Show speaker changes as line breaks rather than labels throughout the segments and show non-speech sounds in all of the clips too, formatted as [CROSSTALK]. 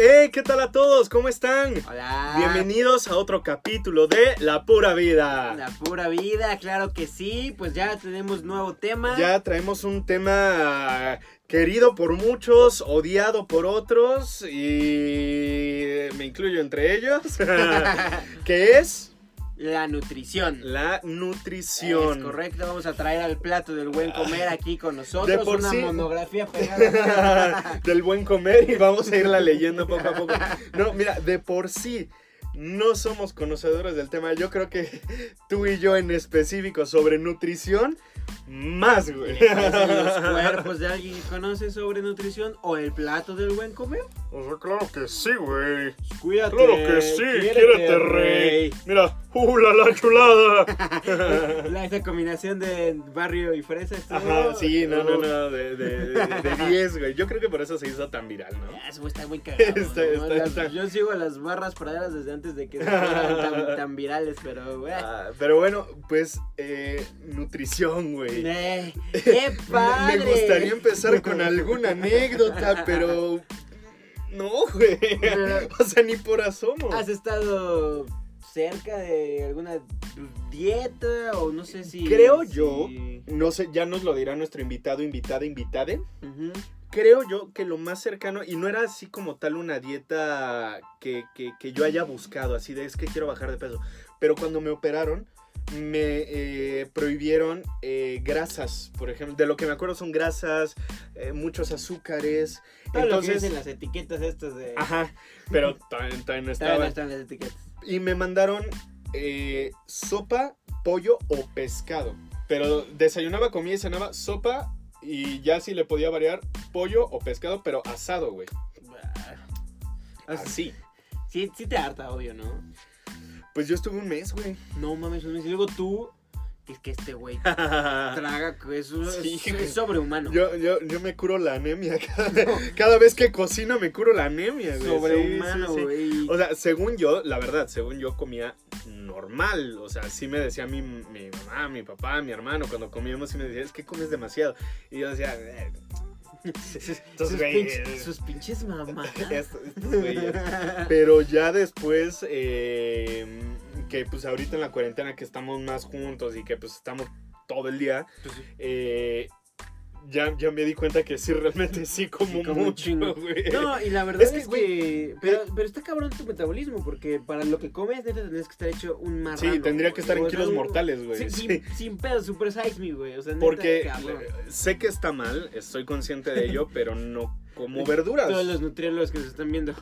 ¡Hey! ¿Qué tal a todos? ¿Cómo están?
Hola.
Bienvenidos a otro capítulo de La Pura Vida.
La pura vida, claro que sí. Pues ya tenemos nuevo tema.
Ya traemos un tema querido por muchos, odiado por otros y me incluyo entre ellos, [LAUGHS] que es
La nutrición.
la nutrición. Ah.
Es correcto, vamos a traer al plato del buen comer aquí con nosotros.
De por
una
sí.
monografía
[LAUGHS]
pegada.
del buen comer y vamos a irla leyendo poco a poco. No, mira, de por sí no somos conocedores del tema. Yo creo que tú y yo en específico sobre nutrición, más, güey. [LAUGHS]
¿Conocen los cuerpos de alguien que conoce sobre nutrición o el plato del buen comer?
claro que sí, güey.
Cuídate.
Mira, ¡uh, la, la chulada!
La- esa combinación de barrio y fresa. estuvo-
Ajá, sí, no, no, no, de 10, de, de 10, güey. Yo creo que por eso se hizo tan viral, ¿no?
Ah, Eso
[LAUGHS]
está muy cagado.
Está-
¿no?
está-
Las-
está.
Yo sigo a las barras praderas desde antes de que fueran
[LAUGHS]
tan, tan virales, pero güey.
Ah, pero bueno, pues, eh, nutrición, güey.
Eh,
[LAUGHS]
¡Qué
Me-
padre!
Me gustaría
[LAUGHS]
empezar con alguna anécdota, pero. No, güey. O sea, ni por asomo.
¿Has estado cerca de alguna dieta o no sé si.
Creo
si-
yo. No sé, ya nos lo dirá nuestro invitado, invitada, invitade.
Ujú.
Creo yo que lo más cercano, y no era así como tal una dieta que, que- que yo haya buscado, así de es que quiero bajar de peso. Pero cuando me operaron, me eh, prohibieron eh, grasas, por ejemplo. De lo que me acuerdo son grasas, eh, muchos azúcares.
Todo lo que
Entonces,
ves en las etiquetas estas de.
Ajá, pero todavía todavía no
Todavía no
estaba.
están las etiquetas.
Y me mandaron eh, sopa, pollo o pescado. Pero desayunaba, comía y cenaba sopa y ya si le podía variar pollo o pescado, pero asado, güey. Así.
Sí, sí te harta, obvio, ¿no?
Pues yo estuve un mes, [LAUGHS] güey.
No mames, un mes. Y luego tú, es que este güey traga, que es,
Ah. Sí,
es-
güey.
es sobrehumano.
Yo, yo, yo me curo la anemia. [LAUGHS] Cada, cada vez que cocino me curo la anemia, güey. Sí,
sobrehumano,
sí, sí.
güey.
O sea, según yo, la verdad, según yo comía normal. O sea, sí me decía mi, mi mamá, mi papá, mi hermano, cuando comíamos, sí me decía, es que comes demasiado. Y yo decía, "Eh, estos
sus,
güeyes.
pinches, sus pinches mamadas.
[LAUGHS] estos- estos güeyes". Pero ya después, eh, que pues ahorita en la cuarentena que estamos más juntos y que pues estamos todo el día,
Pues sí.
eh, ya, ya me di cuenta que sí, realmente sí como,
Sí, como un
mucho,
chingo.
güey.
No, y la verdad
Es
es
que, eh,
que, pero, pero está cabrón tu metabolismo, porque para lo que comes, neta, tendrías que estar hecho un marrano.
Sí, tendría que
güey.
estar en
O sea,
kilos
un-
mortales, güey.
sí,
sí.
Sin, sin pedo, super size me, güey. O sea, neta,
Porque
cabrón.
eh, sé que está mal, estoy consciente de ello, pero no
[LAUGHS]
como verduras.
Todos los nutriólogos que se
[LAUGHS]
están viendo.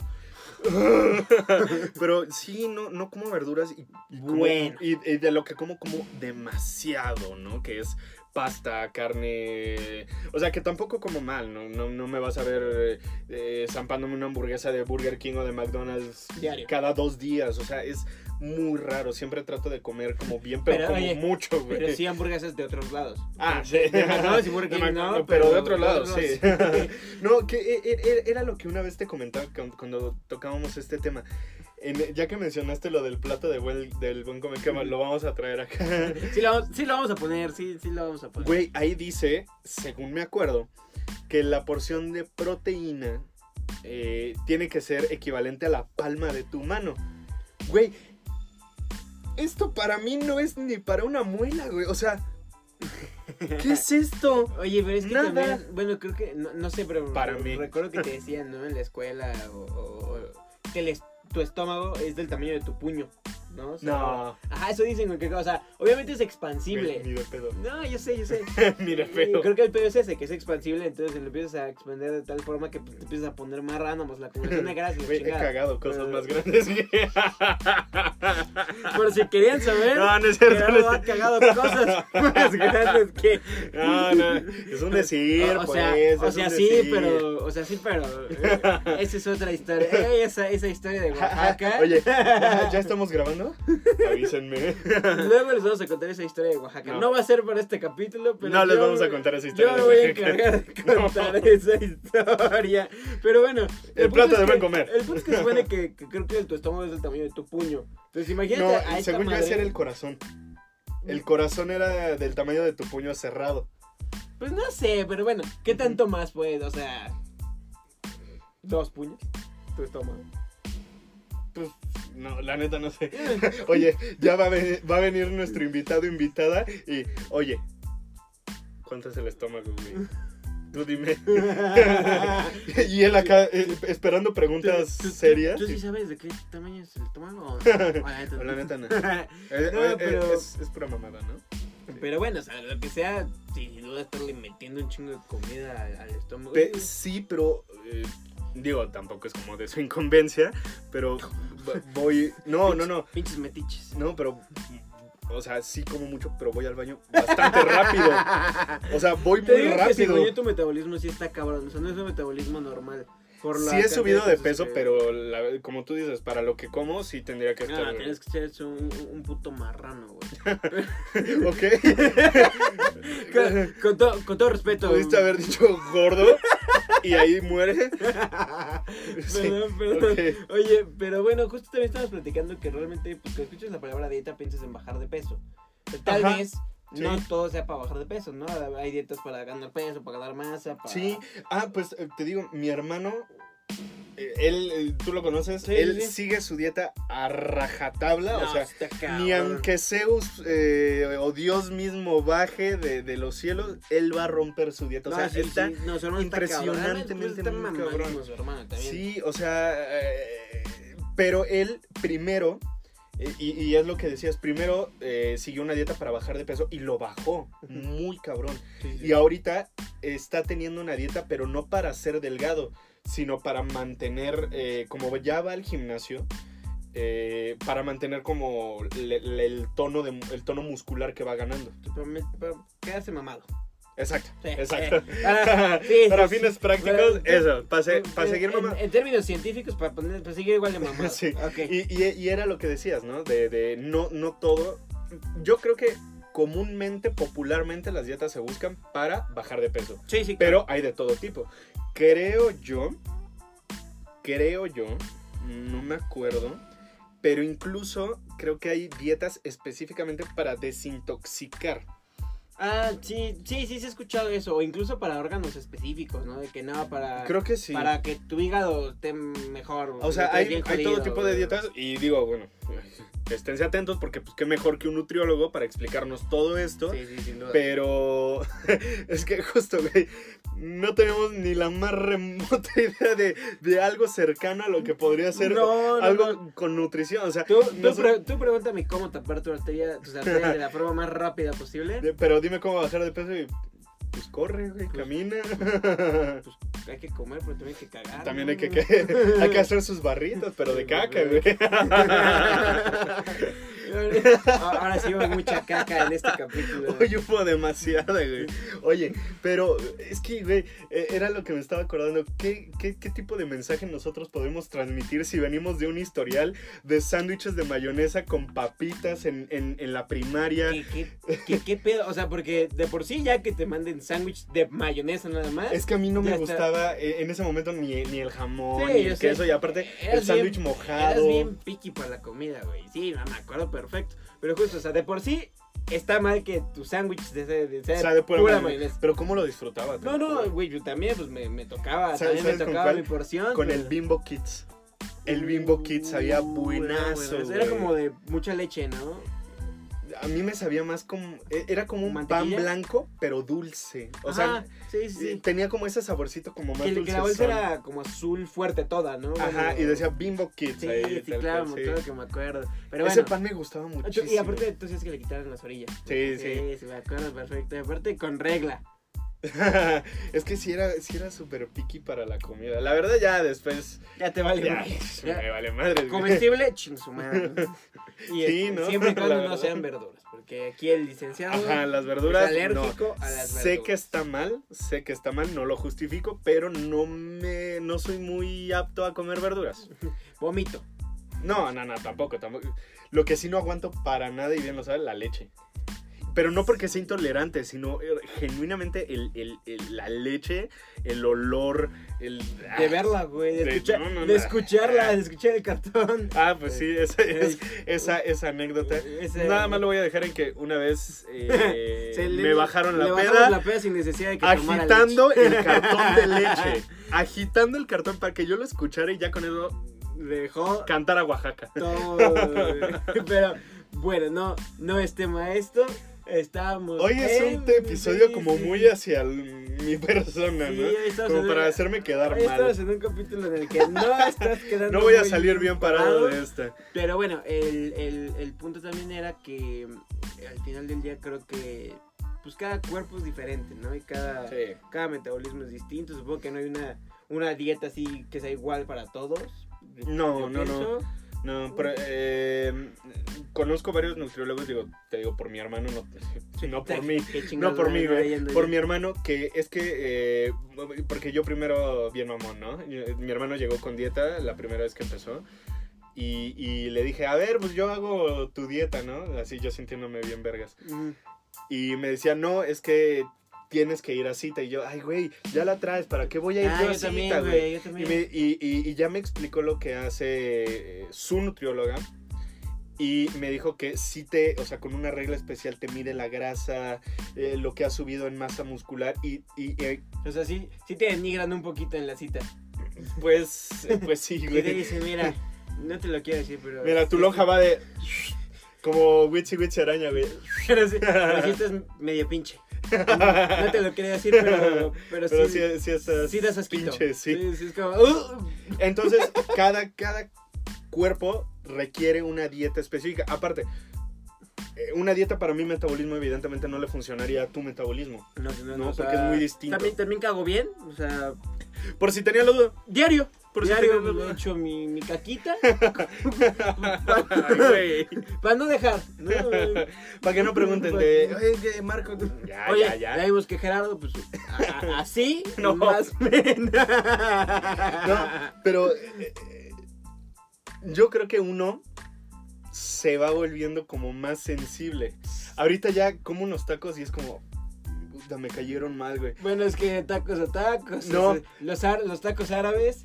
pero sí, no, no como verduras y, y como-
Bueno.
y, y de lo que como como demasiado, ¿no? Que es pasta, carne. O sea, que tampoco como mal, no, no, no me vas a ver eh, eh, zampándome una hamburguesa de Burger King o de McDonald's
Diario.
cada dos días. O sea, es muy raro. Siempre trato de comer como bien, pero,
Pero,
como
oye,
mucho, güey.
Pero sí hamburguesas de
[LAUGHS]
otros lados.
Ah, sí.
[LAUGHS] De McDonald's y Burger
De
King, no,
McDonald's, pero,
pero
de otro lado,
de
sí.
otros
no, que e- e- era lo que una vez te comentaba cu- cuando tocábamos este tema. En- ya que mencionaste lo del plato de buen- del buen comer, que lo vamos a traer
[LAUGHS]
acá.
[LAUGHS] Sí lo, vamos- sí lo vamos a poner, sí, sí lo vamos a poner.
Güey, ahí dice, según me acuerdo, que la porción de proteína eh, tiene que ser equivalente a la palma de tu mano. Güey, esto para mí no es ni para una muela, güey. O sea, ¿qué es esto?
Oye, pero es que
Nada.
también, bueno, creo que, no, no sé, pero
Para
re-
mí. [LAUGHS]
recuerdo que te decían, ¿no? En la escuela, o, o- o- que el es- tu estómago es del tamaño de tu puño, ¿no? O sea, Ajá, eso dicen, güey, que, o sea, obviamente es
Mira,
expansible.
de pedo. [LAUGHS]
No, yo sé, yo sé.
Mira,
Y
pedo.
Creo que el pedo es ese, que es expansible, entonces lo empiezas a expandir de tal forma que pues, te empiezas a poner más ránomos, la combinación de grasa y la
Güey, he
chingada.
cagado cosas
Pero-
más grandes que.
[LAUGHS] Por si querían
[LAUGHS]
saber,
No, no es
que
cierto.
Gerardo ha cagado cosas
[LAUGHS]
más [LAUGHS] grandes que...
No, no. Es un decir,
o, o
pues.
sea,
es
o sea
un
sí,
decir.
pero, o sea, sí, pero eh, esa es otra historia. Eh, esa, esa historia de Oaxaca.
[LAUGHS] Oye, ¿ya, ya estamos grabando? Avísenme.
[LAUGHS] Luego les vamos a contar esa historia de Oaxaca.
No.
No, va a ser para este capítulo, pero.
No les
yo-
vamos a contar esa historia de
Yo me
[LAUGHS]
voy a
Oaxaca.
encargar de contar esa historia. Pero bueno.
El
punto
plato
es
de
que-
buen comer.
El punto es que se supone que, que creo que tu estómago es del tamaño de tu puño. Entonces imagínate
No,
a esta
según yo,
madre.
ese era el corazón. El corazón era del tamaño de tu puño cerrado.
Pues no sé, pero bueno, ¿qué tanto más puede? O sea. ¿Dos puños? tu estómago?
Pues, no, la neta no sé. Oye, ya va a, venir, va a venir nuestro invitado, invitada, y, oye, ¿cuánto es el estómago, güey? Tú dime. [LAUGHS] y él acá, eh, esperando preguntas
¿Tú- tú-
serias. [LAUGHS]
¿Tú sí sabes de qué tamaño es el estómago?
O La neta [LAUGHS] no. Eh,
No,
eh,
pero-
es, es pura mamada, ¿no?
[LAUGHS] Pero bueno, o sea, lo que sea, sin duda estarle metiendo un chingo de comida al, al estómago.
Pe- sí, pero eh, digo, tampoco es como de su inconveniencia, pero v- voy. No, no, no.
Pinches metiches.
[LAUGHS] No, pero. O sea, sí como mucho, pero voy al baño bastante rápido. O sea, voy
Te
muy
digo que si
rápido.
coño tu metabolismo sí está cabrón. O sea, no es un metabolismo normal. Por la
Sí he
cantidad
subido de
cosas
peso,
que- Ah,
pero la- como tú dices, para lo que como, sí tendría Ah, que
No,
estar. [LAUGHS]
tienes que ser un, un puto marrano, güey.
[LAUGHS] ok.
Con, con todo- con todo respeto.
Pudiste haber dicho gordo y ahí
[LAUGHS]
muere. Sí,
Perdón, perdón.
ok.
Oye, pero bueno, justo también estamos platicando que realmente, pues, cuando escuchas la palabra dieta, piensas en bajar de peso. Pero Tal
Ajá,
vez
sí.
no todo sea para bajar de peso, ¿no? Hay dietas para ganar peso, para ganar masa, para...
Sí, ah, pues eh, te digo, mi hermano, eh, él, eh, tú lo conoces,
Sí,
él
sí, sí.
sigue su dieta a rajatabla,
No,
o sea,
está
ni
cabrón.
aunque Zeus eh, o Dios mismo baje de, de los cielos, él va a romper su dieta, o
No,
sea,
sí,
está,
sí. No, su hermano está cabrón. Además, pues,
impresionantemente
está
muy
mamadísimo
cabrón.
su hermano también.
sí, o sea, eh, pero él primero, eh, y, y es lo que decías, primero eh, siguió una dieta para bajar de peso y lo bajó,
Ujú.
muy cabrón.
Sí, sí.
Y ahorita está teniendo una dieta, pero no para ser delgado, sino para mantener, eh, como ya va al gimnasio, eh, para mantener como le- le- el, tono de, el tono muscular que va ganando.
Pero me- pero quedarse mamado.
Exacto,
Sí,
exacto. [LAUGHS]
sí. Ah, [LAUGHS] sí,
para
sí, eh, sí.
fines prácticos,
Pero-
eso, para, se- para
En-
seguir
en,
mamá.
en términos científicos, para, poner, para seguir igual de
[LAUGHS]
mamado.
Sí.
Ok.
Y, y- y era lo que decías, ¿no? De, de no, no todo. Yo creo que comúnmente, popularmente, las dietas se buscan para bajar de peso.
sí, sí.
Pero hay de todo tipo. Creo yo, creo yo, no me acuerdo, pero incluso creo que hay dietas específicamente para desintoxicar.
Ah, sí, sí, sí, sí he escuchado eso. O incluso para órganos específicos, ¿no? De que no, para,
Creo que sí.
para que tu hígado esté mejor.
o sea,
que estés
hay,
bien
hay todo
jodido,
tipo de
güey.
dietas y digo, bueno, esténse atentos porque pues qué mejor que un nutriólogo para explicarnos todo esto.
Sí, sí, sin duda.
Pero [LAUGHS] es que justo, güey, no tenemos ni la más remota [LAUGHS] idea de, de algo cercano a lo que podría ser
no, no,
algo
no.
con nutrición. O sea,
Tú, tú,
nosotros-
pre- tú pregúntame cómo tapar tu arteria, tus arterias de la forma más rápida posible.
De- Pero dime cómo bajar de peso y pues corre, güey,
Pues-
camina.
Hay que comer, pero también hay que
[LAUGHS]
cagar.
También
¿no?
hay que, que-
[LAUGHS]
hay que hacer sus barritas, pero de caca, güey. [LAUGHS]
Ahora ahora sí hubo mucha caca en este capítulo.
Oye, hubo demasiada, güey. Oye, pero es que, güey, eh, era lo que me estaba acordando. ¿Qué, qué, qué tipo de mensaje nosotros podemos transmitir si venimos de un historial de sándwiches de mayonesa con papitas en, en- en la primaria?
¿Qué, qué, qué- qué pedo? O sea, porque de por sí ya que te manden sándwich de mayonesa nada más.
Es que a mí no me
Ya está.
gustaba eh, en ese momento ni, ni el jamón,
Sí,
ni
yo
el
sé.
queso, y aparte
Eras
el sándwich
bien-
mojado.
Eras bien piqui para la comida, güey. Sí, no, me acuerdo perfecto. Pero justo, o sea, de por sí está mal que tu sándwich de, de, de-
O sea, de pura,
pura
mayonesa.
mayonesa.
Pero ¿cómo lo disfrutaba?
No, no, güey, yo también, pues me, me tocaba,
¿Sabes-
también me
sabes con
tocaba
cuál?
mi porción.
Con
pero-
el Bimbo Kids. El Bimbo Kids sabía
Uh, era
buenazo.
buenazo. Era
güey.
como de mucha leche, ¿no?
A mí me sabía más como. e- Era como un
¿Mantequilla?
pan blanco, pero dulce. O sea,
Ajá, sí, sí,
eh,
sí.
tenía como ese saborcito como más
Que,
dulce.
que la bolsa era como azul fuerte toda, ¿no?
Ajá,
Bueno,
y decía Bimbo Kids.
Sí,
ahí,
sí,
tal
claro,
cual,
me
sí.
acuerdo que me acuerdo. Pero bueno.
Ese pan me gustaba
Ah, tú-
muchísimo.
Y aparte, tú sabes que le quitaron las orillas.
Sí, sí. [LAUGHS]
sí, me acuerdo perfecto. Y aparte, con regla.
es que sí era sí era súper picky para la comida. La verdad, ya después.
Ya te vale.
Ya, [LAUGHS]
güey. Ya.
me vale madre.
Comestible, ching
[LAUGHS]
su madre. Y
Sí,
este,
¿no?
siempre
[LAUGHS]
y
La
cuando no
verdad.
sean verduras. Porque aquí el
[LAUGHS]
licenciado
Ajá, las
es
verduras. no.
alérgico a las verduras.
Sé que está mal, sé que está mal, no lo justifico, pero no me no soy muy apto a comer verduras.
Vomito.
No, no, no, tampoco, tampoco. Lo que sí no aguanto para nada y bien lo sabe, la leche. Pero no porque sea intolerante, sino eh, genuinamente el, el- el- la leche, el olor, el...
De verla, güey. De,
De-
escuchar-
Ah, no, Ah. no,
de
no.
escucharla, de escuchar el cartón.
Ah, pues sí, esa, es-
Ey.
esa, esa anécdota.
Ese-
Nada más lo voy a dejar en que una vez eh,
[LAUGHS] Se le-
me bajaron
le
la
bajamos
peda
la peda sin necesidad de que tomara
agitando
leche.
el cartón de
[LAUGHS]
leche. Agitando el cartón para que yo lo escuchara y ya con eso
Dejó
cantar a Oaxaca.
todo. güey. [LAUGHS] Pero bueno, no, no es tema esto. Estábamos.
Hoy es
en-
un episodio
sí,
como
sí.
muy hacia el- mi [LAUGHS] persona,
Sí,
¿no?
hoy estamos
Como
en
para
un-
hacerme quedar
Hoy estamos
mal.
en un capítulo en el que
[LAUGHS]
no estás quedando.
No voy a
muy
salir bien parado de esta.
Pero bueno, el, el- el punto también era que eh, al final del día creo que pues cada cuerpo es diferente, ¿no? Y cada, cada metabolismo es distinto. Supongo que no hay una, una dieta así que sea igual para todos. Yo-
No,
yo
no, no.
pienso.
No, pero eh, conozco varios nutriólogos, digo, te digo, por mi hermano, no, [LAUGHS] no por mí.
Qué chingados
No por
van
mí, güey.
trayendo
Por
ya.
mi hermano, que es que. eh, porque yo primero, bien mamón, ¿no? Yo- Mi hermano llegó con dieta la primera vez que empezó. Y, y le dije, a ver, pues yo hago tu dieta, ¿no? Así yo sintiéndome bien vergas.
Mm.
Y me decía, no, es que tienes que ir a cita. Y yo, ay, güey, ya la traes, ¿para qué voy a ir
Ah,
yo a
yo
cita, güey?
también, güey. Yo
Y,
también.
me- y- y- y ya me explicó lo que hace eh, su nutrióloga. Y me dijo que sí te, o sea, con una regla especial te mide la grasa, eh, lo que ha subido en masa muscular. Y, y, eh,
O sea, sí, sí te denigran un poquito en la cita.
pues, eh, pues
[LAUGHS]
sí,
Y te
güey.
dicen, mira, no te lo quiero decir, pero. este,
Mira, tu lonja va de. Como Witchy Witchy araña, güey.
[LAUGHS] Pero sí, pero sí estás medio
[LAUGHS]
pinche. No, no te lo quería decir, pero, pero,
Pero
sí.
sí, sí estás
Sí, das asquito.
pinche, sí.
sí. es como. "Uh". "Ugh".
Entonces, cada, cada cuerpo requiere una dieta específica. Aparte, eh, una dieta para mi metabolismo evidentemente no le funcionaría a tu metabolismo.
No, no,
No,
o
porque es muy distinto.
También, también cago bien, o sea,
Por si tenía la duda.
diario.
Por si
diario
tenía
me
duda.
echo mi, mi caquita
[LAUGHS] Ay, güey.
[LAUGHS] para no dejar.
[LAUGHS]
¿no?
Para que no pregunten de... "Oye, ¿qué, Marco... [LAUGHS] eh, Ya,
Oye,
ya, ya.
vimos que Gerardo, pues, a- a- así,
[LAUGHS] No.
más o menos.
No, pero eh, eh, yo creo que uno se va volviendo como más sensible. Ahorita ya como unos tacos y es como... Puta, me cayeron mal, [LAUGHS] güey.
Bueno, es que tacos a tacos.
No.
o sea, Los, ar- los tacos árabes.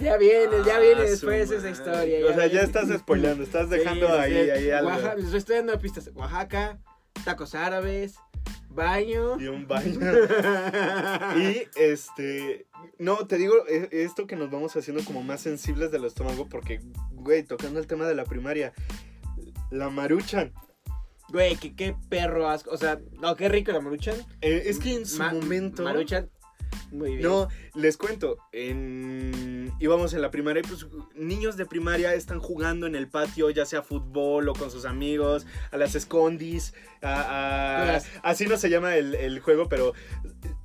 Ya viene, ya
Ah,
viene
su
después esa
madre.
historia.
O sea, ya
viene.
estás spoileando, estás
Sí,
dejando
sí,
ahí,
sí.
ahí algo.
Oaxa- les estoy dando pistas. Oaxaca, tacos árabes, baño. [LAUGHS]
Y [LAUGHS] un baño. Y este. No, te digo e- esto que nos vamos haciendo como más sensibles del estómago, porque, güey, tocando el tema de la primaria, la maruchan.
Güey, que qué perro asco. O sea, no, qué rico la maruchan.
Eh, es que en su
Ma-
momento.
Maruchan. Muy bien.
No, les cuento, en... íbamos en la primaria y pues niños de primaria están jugando en el patio, ya sea fútbol o con sus amigos, a las escondis, a- a-
Las-
así no se llama el, el juego, pero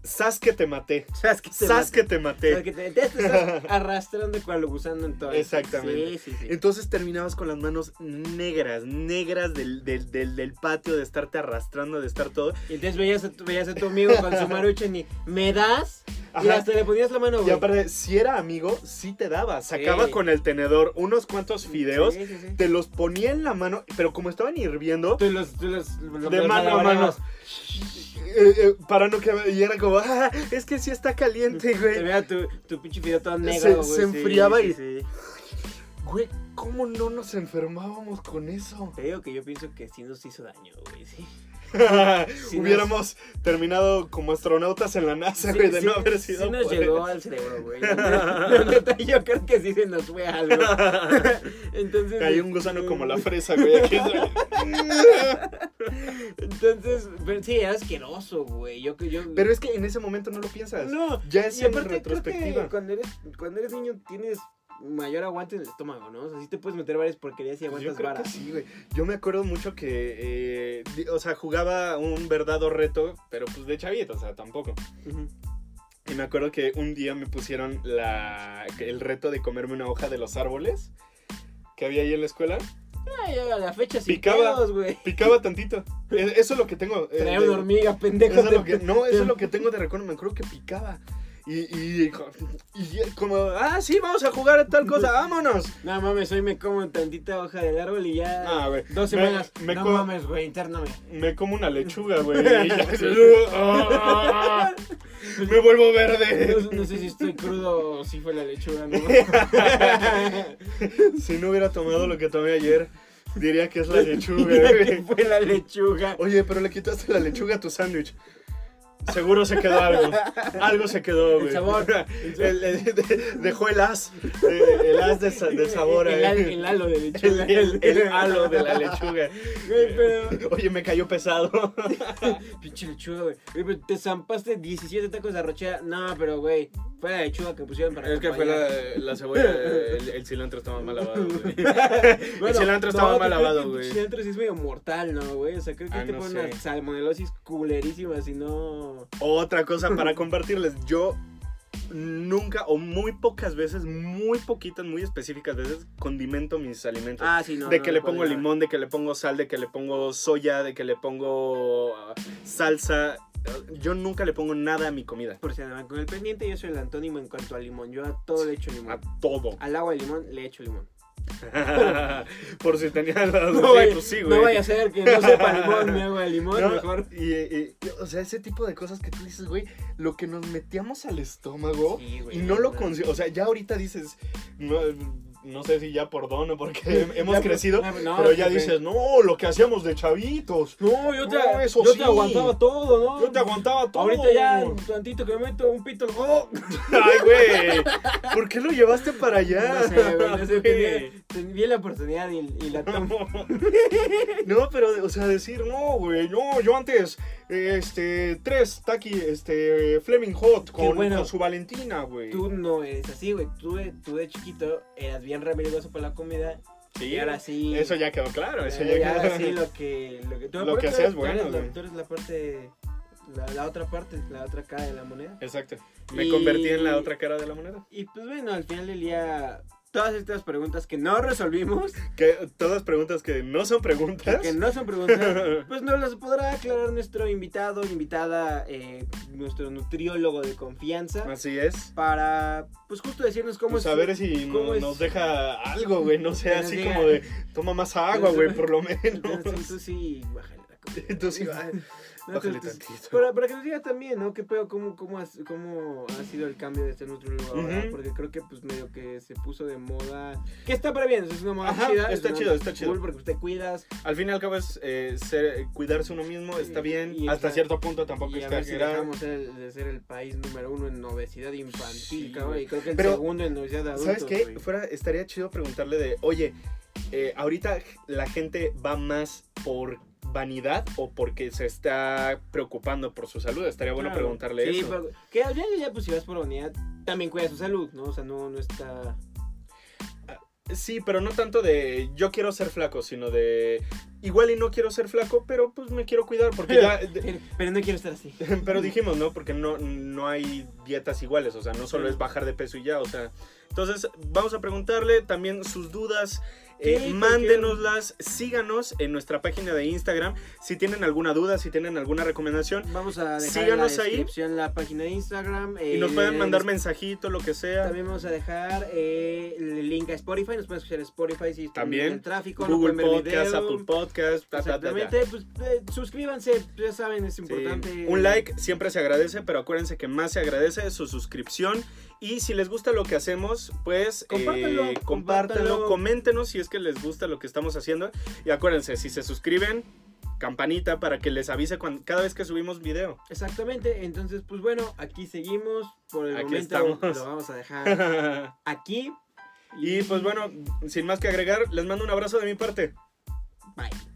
sas que te maté,
[LAUGHS] ¿Sabes qué? te
sas
mata?
que te
¿Sabes
maté.
qué te,
[LAUGHS]
te estás arrastrando cual gusano en todo.
Exactamente.
Sí, sí, sí.
Entonces terminabas con las manos negras, negras del, del- del- del patio, de estarte arrastrando, de estar todo.
Y entonces veías a, tu, veías a tu amigo con su maruchan y ¿me das? Y
Ajá.
hasta le ponías la mano,
Y
güey.
aparte, si era amigo, sí te daba. Sacaba
Sí.
con el tenedor unos cuantos fideos
Sí, sí, sí.
te los ponía en la mano, pero como estaban hirviendo,
Tú los, tú los, los-
De
los
mano a mano.
malabareabas.
eh, eh, para no que y era como, "Ah, es que sí está caliente,
Te
güey.
veía tu, tu pinche video todo negro,
Se-
güey,
se
sí,
enfriaba
sí,
y-
sí.
Güey, ¿cómo no nos enfermábamos con eso?
Te digo que yo pienso que sí nos hizo daño, güey, [LAUGHS] sí. Sí
Hubiéramos terminado como astronautas en la NASA,
Sí,
güey, de
sí,
no haber sido.
sí nos
por
llegó
eso.
al cerebro, güey. La neta, [LAUGHS] yo creo que sí se nos fue algo.
[LAUGHS] [LAUGHS]
Entonces...
Cayó un gusano como la fresa, güey. aquí, güey.
[LAUGHS] Entonces, pero sí, era asqueroso, güey. Yo, que- yo...
Pero es que en ese momento no lo piensas.
No,
ya es
y
en
aparte creo
retrospectiva.
que cuando eres, cuando eres niño tienes mayor aguante en el estómago, ¿no? O sea, sí te puedes meter varias porquerías y
Pues
aguantas
yo creo
varas.
que sí, güey. Yo me acuerdo mucho que, eh, di- o sea, jugaba un verdadero reto, pero pues de chavito, o sea, tampoco.
Ujú.
Y me acuerdo que un día me pusieron la, el reto de comerme una hoja de los árboles que había ahí en la escuela.
Ay, a la fecha sin
Picaba.
pedos, güey.
Picaba tantito. E- Eso es lo que tengo. eh,
Traer
de-
una hormiga, pendejo.
eso es
te- [LAUGHS]
lo que- no, eso es lo que tengo de recuerdo. Me acuerdo que picaba. Y, y, y como, ah, sí, vamos a jugar a tal cosa, vámonos.
No mames, hoy me como tantita hoja del árbol y ya. Ah, güey. Dos semanas. Me, me no como, mames,
[LAUGHS]
güey, intername.
Me como una lechuga, güey. [LAUGHS] me vuelvo verde.
No, no, sé si estoy crudo o si fue la
[LAUGHS]
lechuga, ¿no? [LAUGHS]
si no hubiera tomado lo que tomé ayer. Diría que es la [LAUGHS] lechuga.
que fue
[LAUGHS]
la lechuga.
Oye, pero le quitaste la lechuga a tu sándwich. Seguro se quedó algo. Algo se quedó, güey.
El sabor.
El, el, de, dejó el as. eh, El as de, de sabor
el,
ahí.
El, halo de
[LAUGHS]
lechuga.
El, halo de la lechuga.
[LAUGHS] Güey, pero...
Oye, me cayó pesado.
Pinche lechuga, güey. Güey, pero te zampaste 17 tacos de arrochera. No, pero, güey, fue la lechuga que pusieron para.
Es que fue la, la cebolla. El, cilantro estaba mal lavado, güey. el cilantro estaba mal lavado, güey. Ah,
El cilantro sí es medio mortal, ¿no, güey? O sea, creo que te pone una salmonelosis culerísima si no.
Otra cosa para compartirles. Yo nunca o muy pocas veces, muy poquitas, muy específicas veces, condimento mis alimentos.
Ah, sí, no.
De
no,
que
no
le pongo limón, de que le pongo sal, de que le pongo soya, de que le pongo uh, salsa. Yo nunca le pongo nada a mi comida.
Por si andaban con el pendiente, yo soy el antónimo en cuanto al limón. Yo a todo le echo limón.
A todo. [LAUGHS]
Al agua de limón le echo limón.
Por si tenía las
no, vaya, pues sí, güey. No vaya a
[LAUGHS]
ser que no sepa limón, mi agua de limón, no, mejor.
Y, y, y, o sea, ese tipo de cosas que tú dices, güey, lo que nos metíamos al estómago sí, güey, y no lo consigo. O sea, ya ahorita dices, no, no sé si ya por don o
[LAUGHS]
porque eh, hemos ya, crecido, no, pero ya dices, no, lo que hacíamos de chavitos.
No, yo te, no, eso yo sí. te aguantaba todo, ¿no?
Yo te aguantaba todo.
Ahorita ya, tantito que me meto un pito. [LAUGHS] Oh.
[LAUGHS] Ay, güey, ¿por qué lo llevaste para allá?
No sé, güey,
[LAUGHS]
no sé, tenía, tenía la oportunidad y, y la tomo.
no, pero, o sea, decir, no, güey, no, yo antes, este, tres Taki, este, Fleming Hot con, bueno, con su Valentina, güey.
Tú no eres así, güey, tú, tú de chiquito eras bien remedios para la comida.
Sí,
y ahora sí. Eh,
Eso ya quedó claro. Eso ya,
ya
quedó... [LAUGHS]
sí, lo que, lo que,
lo que hacías, bueno.
Tú eres, tú eres la parte. La, la, otra parte, la otra cara de la moneda.
Exacto. Me y... convertí en la otra cara de la moneda.
Y pues bueno, al final del día. Todas estas preguntas que no resolvimos.
Que todas preguntas que no son preguntas.
Que, que no son preguntas. pues nos las podrá aclarar nuestro invitado, invitada, eh, nuestro nutriólogo de confianza.
[LAUGHS] Así es.
Para, pues justo decirnos cómo
pues es. A ver si cómo no, es, nos deja algo, güey. No sé, así diga, como de toma más agua, güey, por lo menos.
[LAUGHS] Entonces, tú sí, bájale la comida.
[LAUGHS]
pues,
Tú
[LAUGHS]
sí, bájale. No, [LAUGHS] Bájale entonces, tantito.
Para, para, que nos diga también, ¿no? ¿Qué pedo? Cómo, cómo, has, ¿Cómo, ha sido el cambio de este nutriólogo ahora? Uh -huh. Porque creo que, pues, medio que se puso de moda. Que está para bien, es una moda
Ajá,
chida.
Está
es
chido, está chido.
Cool porque usted cuidas.
Al fin y al cabo es eh, ser, cuidarse uno mismo, está bien. Y, y hasta o sea, cierto punto tampoco
y
está
a si dejamos el, de ser el país número uno en obesidad infantil, sí. cabrón. Y creo que el Pero, segundo en obesidad adulta.
¿Sabes qué? Güey. Fuera, estaría chido preguntarle de, oye, eh, ahorita la gente va más por vanidad o porque se está preocupando por su salud. Estaría bueno claro, preguntarle
sí,
eso.
Pero, que al final pues si vas por vanidad, también cuida su salud, ¿no? O sea, no, no está...
Sí, pero no tanto de yo quiero ser flaco, sino de igual y no quiero ser flaco, pero pues me quiero cuidar porque
pero,
[LAUGHS] ya...
Pero, pero, no quiero estar así.
pero dijimos, ¿no? Porque no, no hay dietas iguales, o sea, no solo sí. es bajar de peso y ya, o sea... Entonces, vamos a preguntarle también sus dudas. Eh, mándenoslas, síganos en nuestra página de Instagram. Si tienen alguna duda, si tienen alguna recomendación,
vamos a dejar en la descripción ahí. la página de Instagram.
Eh, y nos pueden mandar mensajito, lo que sea.
También vamos a dejar eh, el link a Spotify. Nos pueden escuchar Spotify si están
también
en el tráfico.
Google
no
Podcast,
video.
Apple Podcast. Ta,
Exactamente. Ta, ta, pues, suscríbanse, ya saben, es importante. Sí.
Un like siempre se agradece, pero acuérdense que más se agradece su suscripción. Y si les gusta lo que hacemos, pues
compártanlo,
eh, compártanlo, coméntenos si es que les gusta lo que estamos haciendo. Y acuérdense, si se suscriben, campanita para que les avise cuando, cada vez que subimos video. [LAUGHS]
Exactamente, entonces pues bueno, aquí seguimos. Por el aquí momento estamos. lo vamos
[LAUGHS]
a dejar aquí.
pues, Y pues bueno, sin más que agregar, les mando un abrazo de mi parte.
Bye.